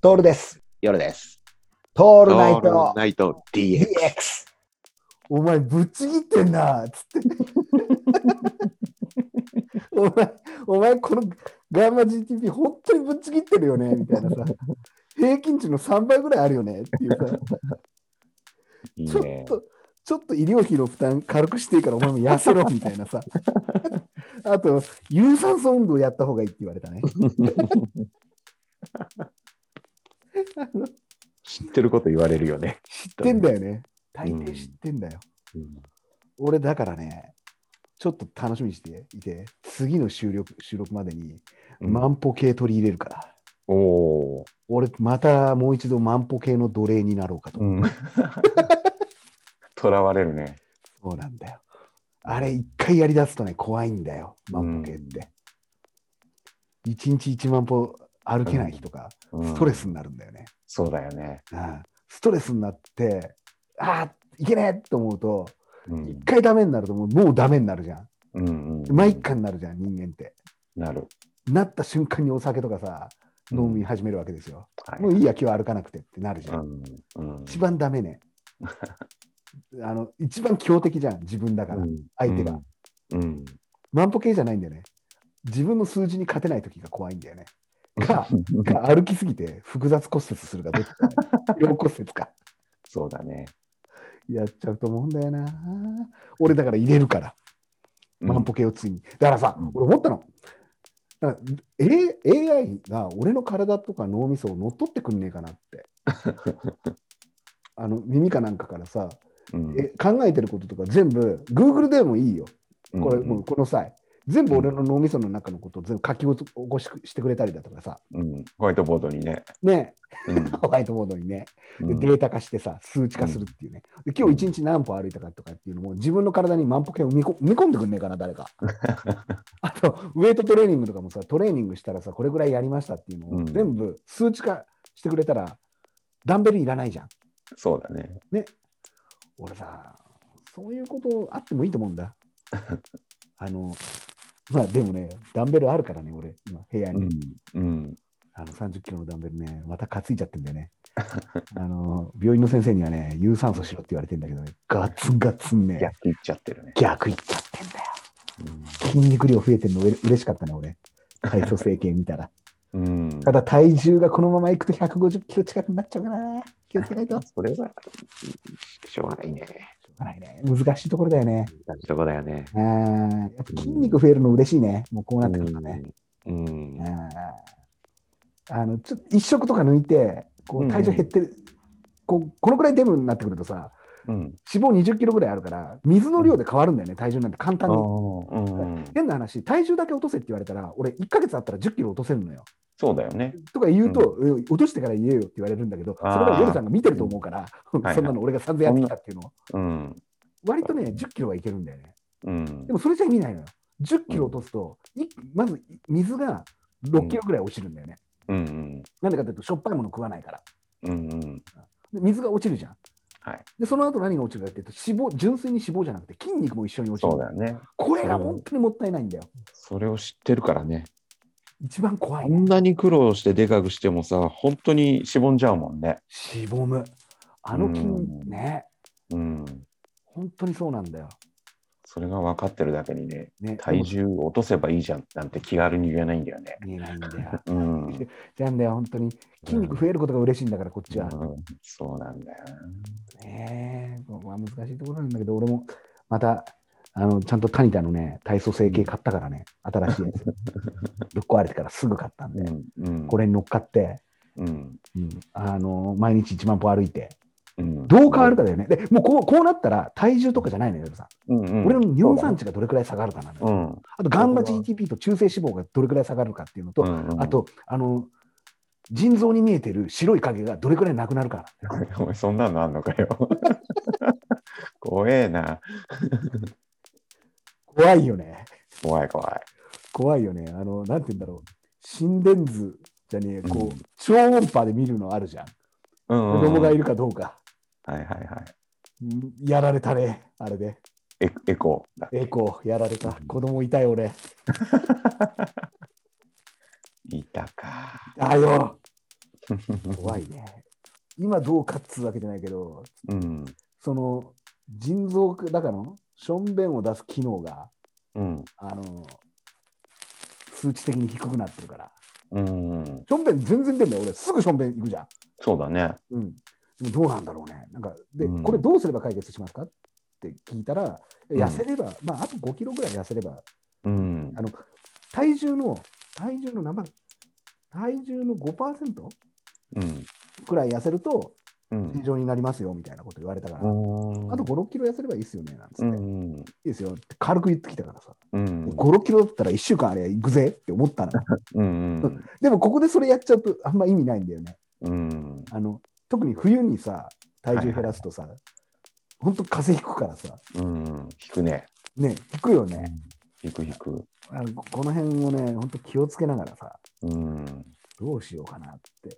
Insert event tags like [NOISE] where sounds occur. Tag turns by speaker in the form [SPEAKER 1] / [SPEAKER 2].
[SPEAKER 1] トールです。
[SPEAKER 2] 夜です。
[SPEAKER 1] ト
[SPEAKER 2] オ
[SPEAKER 1] ールナイト
[SPEAKER 2] ナイト DX。
[SPEAKER 1] DX。お前、ぶっちぎってんな、つ [LAUGHS] って。お前、お前、このガンマ GTP、本当にぶっちぎってるよね、みたいなさ。平均値の3倍ぐらいあるよね、っていうさ。
[SPEAKER 2] いい
[SPEAKER 1] ちょ
[SPEAKER 2] ね
[SPEAKER 1] っ。と、ちょっと医療費の負担軽くしていいから、お前も痩せろ、みたいな [LAUGHS] さ。あと、有酸素運動やった方がいいって言われたね。
[SPEAKER 2] 知ってること言われるよね。
[SPEAKER 1] 知ってんだよね。大抵知ってんだよ。俺だからね、ちょっと楽しみにしていて、次の収録収録までに
[SPEAKER 2] ま、
[SPEAKER 1] 万歩計取り入れるから、
[SPEAKER 2] おお
[SPEAKER 1] 俺またもう一度万歩計の奴隷になろうかと。
[SPEAKER 2] ー。
[SPEAKER 1] [LAUGHS]
[SPEAKER 2] うん。とらわれるね。
[SPEAKER 1] そうなんだよ。あれ、一回やりだすとね、怖いんだよ、万歩計って。一、日一万歩歩けない日とか、
[SPEAKER 2] うん
[SPEAKER 1] ストレスになるんだよね。
[SPEAKER 2] そうだよね。
[SPEAKER 1] うんストレスになって、ああ、いけねえと思うと、
[SPEAKER 2] うん
[SPEAKER 1] 一。回ダメになるともう、もうダメになるじゃん。
[SPEAKER 2] うんうん。
[SPEAKER 1] まあ、一回になるじゃん、人間って。
[SPEAKER 2] なる。
[SPEAKER 1] なった瞬間にお酒とかさ、
[SPEAKER 2] うん
[SPEAKER 1] 飲み始めるわけですよ。
[SPEAKER 2] はい
[SPEAKER 1] もういいや、今日は歩かなくてってなるじゃん。
[SPEAKER 2] うんうん。
[SPEAKER 1] 一番ダメ
[SPEAKER 2] [LAUGHS]
[SPEAKER 1] ね。あの一番強敵じゃん、自分だから、
[SPEAKER 2] うん
[SPEAKER 1] 相手が。。 [LAUGHS]
[SPEAKER 2] うん。
[SPEAKER 1] 万歩計じゃないんだよね。自分の数字に勝てない時が怖いんだよね。か、か歩きすぎて複雑骨折するかどっちかね、
[SPEAKER 2] [LAUGHS]
[SPEAKER 1] 両骨折か。
[SPEAKER 2] そうだね。
[SPEAKER 1] やっちゃうと思うんだよな。俺だから入れるから、万歩計をついに。だからさ
[SPEAKER 2] うん、
[SPEAKER 1] 俺思ったの。だからえ AI が俺の体とか脳みそを乗っ取ってくんねえかな
[SPEAKER 2] [LAUGHS]
[SPEAKER 1] って。あの耳かなんかからさ、
[SPEAKER 2] うん。
[SPEAKER 1] え考えてることとか全部 Google でもいいよ
[SPEAKER 2] うん
[SPEAKER 1] これもうこの際全部俺の脳みその中のことを全部書き起こししてくれたりだとかさ
[SPEAKER 2] うん。ホワイトボードにね。
[SPEAKER 1] ね
[SPEAKER 2] うん
[SPEAKER 1] ホワイトボードにね
[SPEAKER 2] う
[SPEAKER 1] で
[SPEAKER 2] ん
[SPEAKER 1] データ化してさ数値化するっていうねで今日一日何歩歩いたかとかっていうのも自分の体に万歩計を埋めこ埋め込んでくんねえかな誰
[SPEAKER 2] [LAUGHS]
[SPEAKER 1] かあとウェイトトレーニングとかもさトレーニングしたらさこれぐらいやりましたっていうの
[SPEAKER 2] う
[SPEAKER 1] を
[SPEAKER 2] ん
[SPEAKER 1] 全部数値化してくれたらダンベルいらないじゃん
[SPEAKER 2] そうだね。
[SPEAKER 1] 俺さ、そういうことあってもいいと思うん
[SPEAKER 2] [LAUGHS]
[SPEAKER 1] だ。あの、まあでもね、ダンベルあるからね、俺、今、部屋に、
[SPEAKER 2] うん。うん。
[SPEAKER 1] あの30キロのダンベルね、また担いじゃってんだよね。 [LAUGHS] あの、病院の先生にはね、有酸素しろって言われてんだけどね、ガツンガツンね、
[SPEAKER 2] 逆いっちゃってるね。
[SPEAKER 1] 逆いっちゃってんだよ。
[SPEAKER 2] うん
[SPEAKER 1] 筋肉量増えてんのうれ嬉しかったね、俺。体組成計見たら。 [LAUGHS]
[SPEAKER 2] うん
[SPEAKER 1] ただ体重がこのままいくと150キロ近くになっちゃうからね。気をつけない [LAUGHS] と。し
[SPEAKER 2] それは、しょうがないね。
[SPEAKER 1] ょうがないね。難しいところだよね。
[SPEAKER 2] そこだよね。
[SPEAKER 1] あーやっぱ筋肉増えるの嬉しいね。もうこうなってくるとね。
[SPEAKER 2] うん。うん
[SPEAKER 1] あーあのちょっと一食とか抜いてこ
[SPEAKER 2] うん
[SPEAKER 1] う
[SPEAKER 2] うん
[SPEAKER 1] 体重減ってる、こうこのくらいデブになってくるとさ
[SPEAKER 2] うん。
[SPEAKER 1] 脂肪2 0キロぐらいあるから水の量で変わるんだよね体重なんて簡単に、
[SPEAKER 2] うん。
[SPEAKER 1] 変な話体重だけ落とせって言われたら俺1ヶ月あったら1 0キロ落とせるのよ
[SPEAKER 2] そうだよね。
[SPEAKER 1] とか言うと、え落としてから言えよって言われるんだけどそれ
[SPEAKER 2] あー
[SPEAKER 1] は夜さんが見てると思うから、
[SPEAKER 2] はい
[SPEAKER 1] そんなの俺が散々やってきたっていうのを
[SPEAKER 2] うん。
[SPEAKER 1] 割とね1 0キロはいけるんだよね
[SPEAKER 2] うん
[SPEAKER 1] で。もそれじゃ意味ないのよ1 0キロ落とすと、いまず水が6キロぐらい落ちるんだよね、
[SPEAKER 2] うん。
[SPEAKER 1] なんでかというとしょっぱいもの食わないから
[SPEAKER 2] うん。うん。
[SPEAKER 1] で水が落ちるじゃん。
[SPEAKER 2] はい
[SPEAKER 1] でその後何が落ちるかっていうと脂肪純粋に脂肪じゃなくて筋肉も一緒に落ちる
[SPEAKER 2] そうだよね。
[SPEAKER 1] これが本当にもったいないんだよ
[SPEAKER 2] それを知ってるからね。
[SPEAKER 1] 一番怖
[SPEAKER 2] あ
[SPEAKER 1] い、
[SPEAKER 2] ん
[SPEAKER 1] ね、
[SPEAKER 2] なに苦労してでかくしてもさ、本当にしぼんじゃうもんね。
[SPEAKER 1] しぼむあの筋
[SPEAKER 2] うん
[SPEAKER 1] ね
[SPEAKER 2] うん。
[SPEAKER 1] 本当にそうなんだよ、
[SPEAKER 2] それが分かってるだけにね、
[SPEAKER 1] ね、
[SPEAKER 2] 体
[SPEAKER 1] で
[SPEAKER 2] 重落とせばいいじゃんなんて気軽に言えないんだよね。
[SPEAKER 1] も見えないんだよ
[SPEAKER 2] うん。
[SPEAKER 1] じゃんだよ本当に筋肉増えることが嬉しいんだからこっちは、
[SPEAKER 2] うんそうなんだよな。
[SPEAKER 1] ねえここは難しいところなんだけど俺もまたあのちゃんとタニタのね体組成系買ったからね新しいや
[SPEAKER 2] [LAUGHS]
[SPEAKER 1] つぶっ壊れてからすぐ買ったんで、
[SPEAKER 2] うん。うん
[SPEAKER 1] こ。れに乗っかって、
[SPEAKER 2] うん。
[SPEAKER 1] あの毎日1万歩歩いて
[SPEAKER 2] うん
[SPEAKER 1] どう変わるかだよね。でもうこうこうなったら体重とかじゃないのよ、ヨルさん。
[SPEAKER 2] うんうん
[SPEAKER 1] 俺の尿酸値がどれくらい下がるかなのよ、
[SPEAKER 2] うん。
[SPEAKER 1] あと、ガンマ GTP と中性脂肪がどれくらい下がるかっていうのと、
[SPEAKER 2] うんうん
[SPEAKER 1] あ、と、あの、腎臓に見えてる白い影がどれくらいなくなるか。
[SPEAKER 2] [LAUGHS] お前そんなのあんのかよ。 [LAUGHS] 怖えな。
[SPEAKER 1] 怖いよね。
[SPEAKER 2] 怖い怖い。
[SPEAKER 1] 怖いよね。あの、なんて言うんだろう。心電図じゃねえ、こう、
[SPEAKER 2] うん
[SPEAKER 1] 超音波で見るのあるじゃん。
[SPEAKER 2] うんうん
[SPEAKER 1] 子供がいるかどうか。
[SPEAKER 2] はいはいはい。
[SPEAKER 1] うんやられたね、あれで。
[SPEAKER 2] エエコーだっけ
[SPEAKER 1] エコー、やられた。子供いたよ、俺。
[SPEAKER 2] いたか。
[SPEAKER 1] だよ。怖いね。今どうかっつうわけじゃないけど、
[SPEAKER 2] うん。
[SPEAKER 1] その腎臓だからのしょんべんを出す機能が
[SPEAKER 2] うん。
[SPEAKER 1] あの数値的に低くなってるから
[SPEAKER 2] うん。
[SPEAKER 1] しょんべん全然出んだよ俺すぐしょんべん行くじゃん、
[SPEAKER 2] そうだね。
[SPEAKER 1] うん、でもどうなんだろうねなんかで、
[SPEAKER 2] うん
[SPEAKER 1] これどうすれば解決しますかって聞いたら
[SPEAKER 2] ん
[SPEAKER 1] 痩せれば、まああと5キロぐらい痩せれば
[SPEAKER 2] うん。
[SPEAKER 1] あの体重の体重の何番体重の5%
[SPEAKER 2] うん。
[SPEAKER 1] くらい痩せると
[SPEAKER 2] うん
[SPEAKER 1] 正。常になりますよみたいなこと言われたから、
[SPEAKER 2] うん
[SPEAKER 1] あと5、6キロ痩せればいいっすよねなんつって、
[SPEAKER 2] う
[SPEAKER 1] いい
[SPEAKER 2] ん。
[SPEAKER 1] ですよって軽く言ってきたからさ
[SPEAKER 2] うん。
[SPEAKER 1] 5、6キロだったら1週間あれ行くぜって思ったの。
[SPEAKER 2] うん。
[SPEAKER 1] でもここでそれやっちゃうとあんま意味ないんだよね。
[SPEAKER 2] うん。
[SPEAKER 1] あの特に冬にさ、体重減らすとさ、ほんと風邪ひくからさ、
[SPEAKER 2] うん。引くね。
[SPEAKER 1] ね、ひくよね。
[SPEAKER 2] 引く引く。
[SPEAKER 1] あのここの辺をね、ほんと気をつけながらさ、
[SPEAKER 2] うん。
[SPEAKER 1] どうしようかなって。